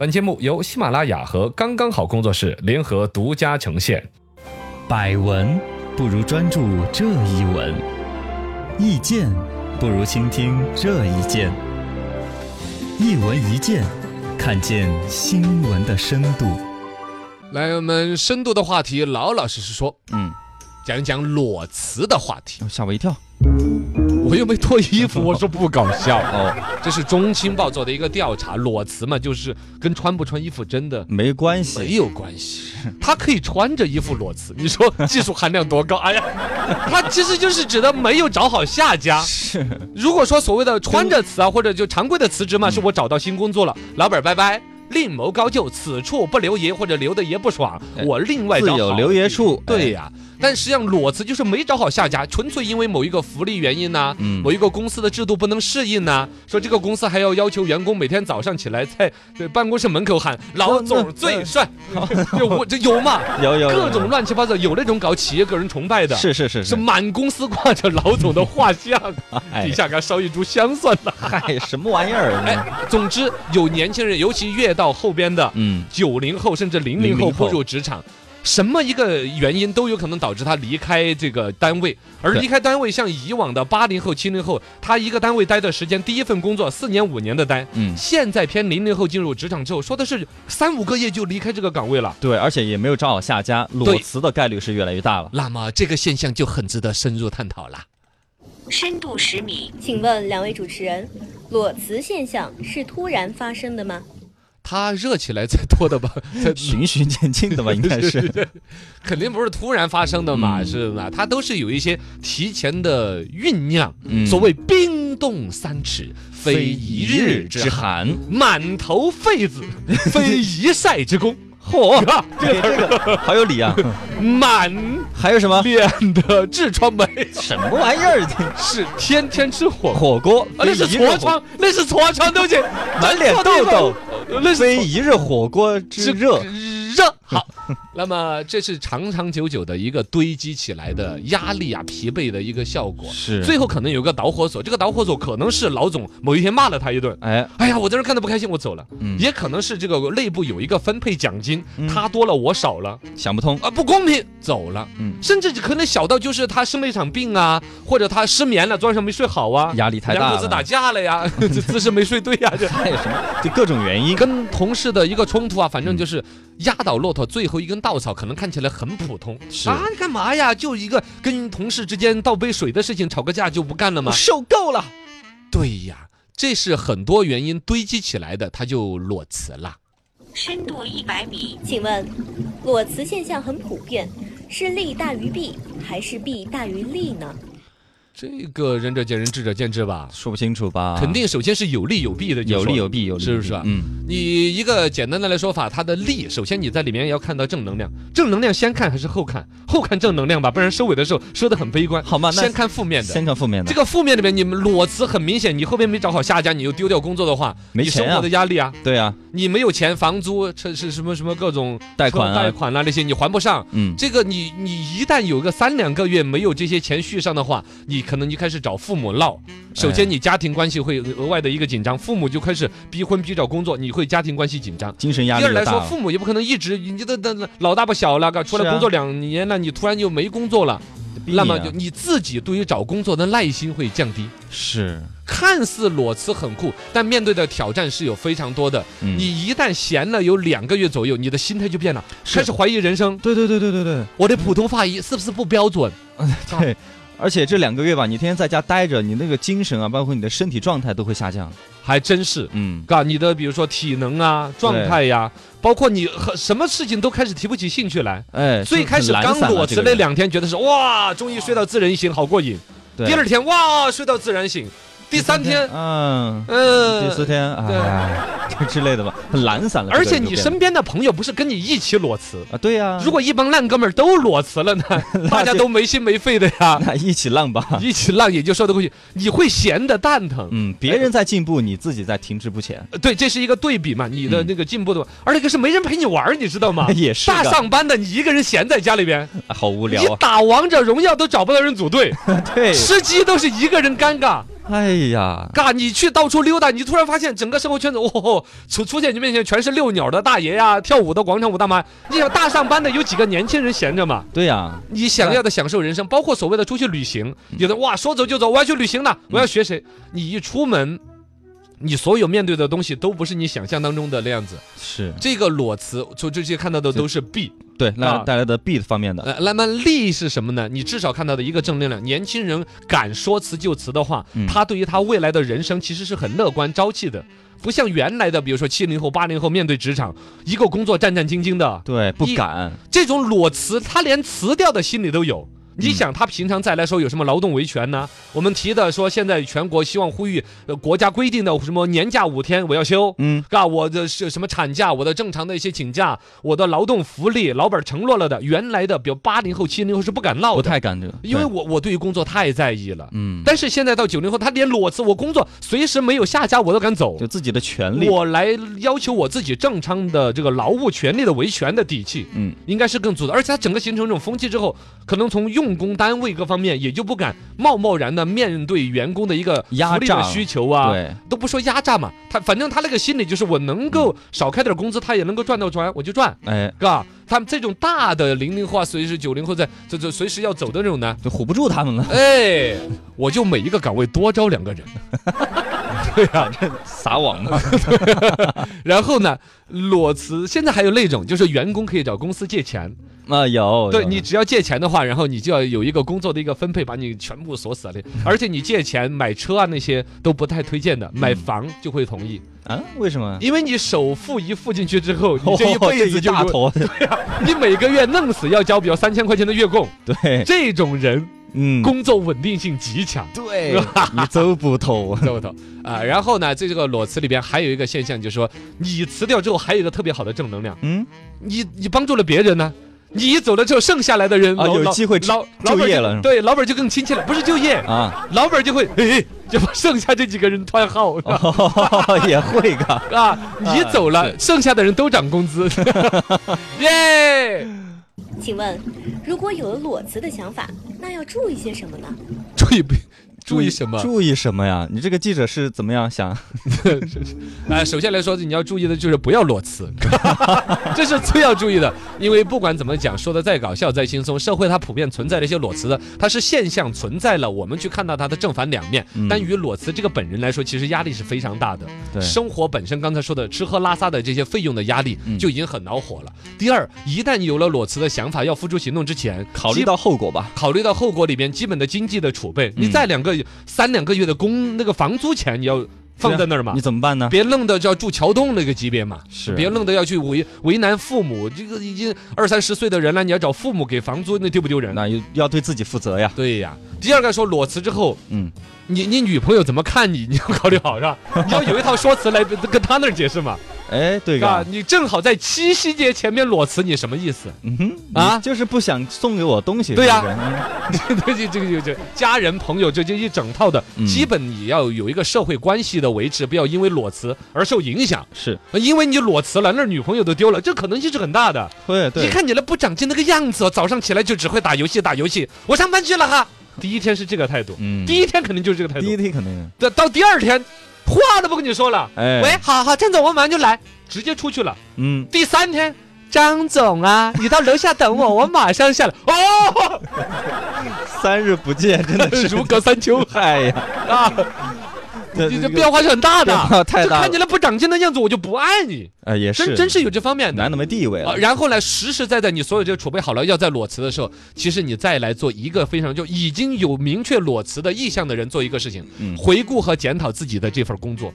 本节目由喜马拉雅和刚刚好工作室联合独家呈现。百闻不如专注这一闻，意见不如倾听这一见。一闻一见，看见新闻的深度。来，我们深度的话题，老老实实说，嗯，讲一讲裸辞的话题。吓我一跳。我又没脱衣 服，我说不搞笑哦，这是中青报做的一个调查，裸辞嘛，就是跟穿不穿衣服真的没关没系，有关系，他可以穿着衣服裸辞，你说技术含量多高？哎呀，他其实就是指的没有找好下家。是如果说所谓的穿着辞啊，或者就常规的辞职嗯嘛，是我找到新工作了，老板拜拜。另谋高就，此处不留爷，或者留的爷不爽，哎我另外自找有好留的爷地处哎对呀、但实际上裸辞就是没找好下家，纯粹因为某一个福利原因呐、嗯某一个公司的制度不能适应呐、说这个公司还要要求员工每天早上起来在在办公室门口喊“老总最帅”，就我这 有嘛？有有有各种乱七八糟，有那种搞企业个人崇拜的，是是是是，满公司挂着老总的画像，哎底，下给他烧一株香蒜呐。嗨，什么玩意 儿？哎，总之有年轻人，尤其越到后边的嗯，九零后甚至零零后00后步入职场，什么一个原因都有可能导致他离开这个单位。而对离开单位，像以往的八零后、七零后，他一个单位待的时间，第一份工作四年五年的待。嗯，现在偏零零后进入职场之后，说的是三五个月就离开这个岗位了。对，而且也没有找好下家，裸辞的概率是越来越大了。那么这个现象就很值得深入探讨啦。深度十米，请问两位主持人，裸辞现象是突然发生的吗？他热起来再多的 吧，再循序渐进 的吧，应该是。 肯定不是突然发生的嘛，嗯是吧？它都是有一些提前的酝酿。嗯所谓冰冻三尺，非一日之寒；寒。满头痱 子，非一晒之功。嚯，这个哎这 个好有理啊！满还有什 么脸的痔疮没什么玩意儿？是天天吃火锅。火锅啊，那是痤，疮，那是痤疮，对不起，满脸痤疮痘痘，呃那是非一日火锅之热。热好， 那么这是长长久久的一个堆积起来的压力啊、疲惫的一个效果，是最后可能有个导火索，这个导火索可能是老总某一天骂了他 一顿。哎，哎呀，我在这儿看的不开心，我走了。嗯也可能是这个内部有一个分配奖金，嗯他多了我少了想不通。啊，不公平，走了。嗯甚至可能小到就是他生了一场病啊，或者他失眠了，晚上没睡好啊，压力太大两了口子打架了呀， 这姿势没睡对 呀，这还有什么？就各种原因。跟同事的一个冲突啊，反正嗯就是压倒骆驼最后一根稻草，可能看起来很普通。是啊，你干嘛呀？就一个跟同事之间倒杯水的事情，吵个架就不干了吗？受够了。对呀，这是很多原因堆积起来的，他就裸辞了。深度一百米，请问，裸辞现象很普遍，是利大于弊还是弊大于利呢？这个仁者见仁，智者见智吧。说不清楚吧？肯定，首先是有利有弊的，就啊有说利有弊，有利是有不弊是啊？嗯，你一个简单的来说法，它的利，首先你在里面要看到正能量，正能量先看还是后看？后看正能量吧，不然收尾的时候说的很悲观。好嘛那先看负面的。先看负面的这。个负面里面，你们裸辞很明显，你后边没找好下家，你又丢掉工作的话，没你钱啊生活的压力啊，对啊，你没有钱，房租这是什么什么各种贷款啊贷款啦、那些你还不上。嗯，这个你你一旦有个三两个月没有这些钱续上的话，你可能就开始找父母闹。首先，你家庭关系会额外的一个紧张，父母就开始逼婚逼找工作，你会家庭关系紧张。精神压第力二又来大说，了。父母也不可能一直你这这老大不小了，出是来啊工作两年了，你突然就没工作了，逼你那啊么就你自己对于找工作的耐心会降低。是，看似裸辞很酷，但面对的挑战是有非常多的。嗯你一旦闲了有两个月左右，你的心态就变了，是开始怀疑人生。对对对对对对我的普通话一是不是不标 准？对。而且这两个月吧，你天天在家待着，你那个精神啊，包括你的身体状态都会下降。还真是。嗯，啊，你的比如说体能啊、状态呀、包括你和什么事情都开始提不起兴趣来。哎，最开始很懒刚散了裸辞这个那人两天，觉得是哇，终于睡到自然醒，好过瘾。对第二天哇，睡到自然醒。第三天，嗯，嗯、第四天，对哎， 就之类的吧，很懒散了。而这个且人就你变得身边的朋友不是跟你一起裸辞，啊，对呀，如果一帮烂哥们儿都裸辞了呢，大家都没心没肺的 呀， 那一起浪吧，一起浪也就说得过去。你会闲得蛋疼，嗯，别人在进步，你自己在停滞不前。？呃对，这是一个对比嘛，你的那个进步的，而且可是没人陪你玩儿，你知道吗嗯 也是大的上班的，你一个人闲在家里边，啊好无你 聊啊！ 打王者荣耀都找不到人组队，对， 吃鸡都是一个人尴尬，哎呀，嘎，你去到处溜达，你突然发现整个生活圈子，哦吼吼，出出现你面前全是遛鸟的大爷呀、跳舞的广场舞大妈。你想大上班的有几个年轻人闲着嘛？对呀，你想要的享受人生，包括所谓的出去旅行，有的哇说走就走，我要去旅行了，我要学谁？你一出门，你所有面对的东西都不是你想象当中的那样子。是这个裸辞，从这些看到的都是弊。对啊那带来的 B 方面的，呃，那么利是什么呢？你至少看到的一个正能量，年轻人敢说辞就辞的话，嗯他对于他未来的人生其实是很乐观朝气的，不像原来的，比如说七零后、八零后面对职场一个工作战战兢兢的，对，不一敢，这种裸辞，他连辞掉的心理都有。嗯你想他平常在来说有什么劳动维权呢？我们提的说现在全国希望呼吁，呃，国家规定的什么年假五天我要休，嗯，啊，我的是什么产假，我的正常的一些请假，我的劳动福利，老板承诺了的。原来的，比如八零后、七零后是不敢闹不的，太敢这个，因为对我我对于工作太在意了。嗯，但是现在到九零后，他连裸辞，我工作随时没有下家我都敢走就，自己的权利，我来要求我自己正常的这个劳务权利的维权的底气，嗯，应该是更足的。而且它整个形成这种风气之后，可能从用工单位各方面也就不敢贸贸然的面对员工的一个压福利的榨需求啊，对，都不说压榨嘛，他反正他那个心理就是我能够少开点工资，他也能够赚到钱，我就赚，哎，嘎。他们这种大的零零后啊，随时九零后在这这随时要走的这种呢，就唬不住他们了， 哎，我就每一个岗位多招两个人，对呀、撒网啊嘛，然后呢，裸辞现在还有那种，就是员工可以找公司借钱，啊，有，对有你只要借钱的话，然后你就要有一个工作的一个分配，把你全部锁死嗯了。而且你借钱买车啊那些都不太推荐的，嗯买房就会同意，啊，为什么？因为你首付一付进去之后，你 这一哦辈这子一就大有坨， 你每个月弄死要交，比如三千块钱的月供，对，这种人嗯，工作稳定性极 强。对，你走不透，对不对啊？然后呢，在这个裸辞里边还有一个现象，就是说你辞掉之后，还有一个特别好的正能量， 嗯，你你帮助了别人呢、你一走了之后，剩下来的人啊老有老机会老老就板业就了是吗对，老板就更亲切了，不是就业，啊，老板就会嘿，就把剩下这几个人团号哦也会噶，啊，你走了，剩下的人都涨工资，耶！请问，如果有了裸辞的想法，那要注意些什么呢？注意不 注意什么？注意什么呀？你这个记者是怎么样想？ 啊，首先来说，你要注意的就是不要裸辞， 这是最要注意的。因为不管怎么讲，说的再搞笑再轻松，社会它普遍存在的一些裸辞的，它是现象存在了，我们去看到它的正反两面。但于裸辞这个本人来说，其实压力是非常大的。嗯对生活本身，刚才说的吃喝拉撒的这些费用的压力嗯就已经很恼火了。第二，一旦有了裸辞的想法，要付诸行动之前，考虑到后果吧。考虑到后果里边基本的经济的储备，你嗯再两个三两个月的工那个房租钱，你要放在那儿嘛啊你。怎么办呢？别弄得就要住桥洞那个级别嘛，是别弄得要去为为难父母，这个已经二三十岁的人了，你要找父母给房租，那丢不丢人？啊那又要对自己负责呀。对呀。第二个说裸辞之后，嗯，你你女朋友怎么看你，你 要考虑好 是吧？你要有一套说辞来跟她那儿解释嘛，哎，对是吧噶？，你正好在七夕节前面裸辞，你什么意思？ 嗯哼，啊你就是不想送给我东西。对呀是不是嗯对，这这个就就家人朋友这这一整套的，嗯基本你要有一个社会关系的维持，不要因为裸辞而受影响，是因为你裸辞了，那儿女朋友都丢了，这可能性是很大的。会一对，看你那不长进那个样子哦，早上起来就只会打游戏打游戏，我上班去了哈。第一天是这个态度，嗯第一天肯定就是这个态第一度，题肯定，到到第二天，话都不跟你说了，哎，喂，，好好，张总，我马上就来，直接出去了。嗯，第三天，张总啊，你到楼下等我，我马上下来。 哦，三日不见，真的是 如 隔三秋嗨呀，啊，这你这变化是很大的变，化太大就了看你那不长进的样子，我就不爱你，啊，也真是真是有这方面的男。的没地位啊，了。然后呢，实实在在你所有这个储备好了，要在裸辞的时候，其实你再来做一个非常就已经有明确裸辞的意向的人做一个事情，嗯回顾和检讨自己的这份工作。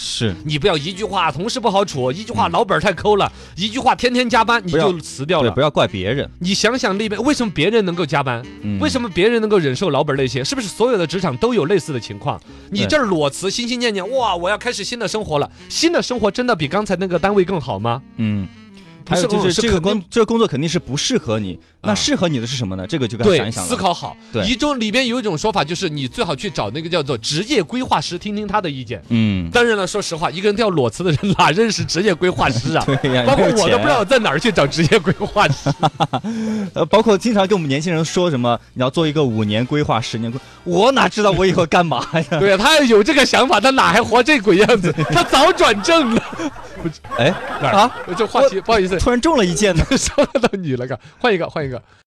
是，你不要一句话同事不好处，一句话老板太抠了，一句话天天加班你嗯不要就辞掉对，了不。要怪别人。你想想那边为什么别人能够加班，为什么？么别人能够忍受老板那些？是不是所有的职场都有类似的情况？你对这儿裸辞，心心念念哇，我要开始新的生活了，新的生活真的比刚才那个单位更好吗？嗯，不还有是就嗯是这个肯定工这个工作肯定是不适合你，啊那适合你的是什么呢？这个就该想对一想了。思考好。对一中里边有一种说法，就是你最好去找那个叫做职业规划师，听听他的意见。 嗯，当然了，说实话，一个人掉裸辞的人哪认识职业规划师 啊？对呀包括没有我钱都不知道我在哪儿去找职业规划 师。呃，包括经常跟我们年轻人说什么，你要做一个五年规划、十年规，我哪知道我以后干嘛呀？ 对呀，他要有这个想法，他哪还活这鬼样 子？他早转正了。哎，哪儿啊，这话题不好意思， 突然中了一箭呢。伤害到你了，个换一个，换一个。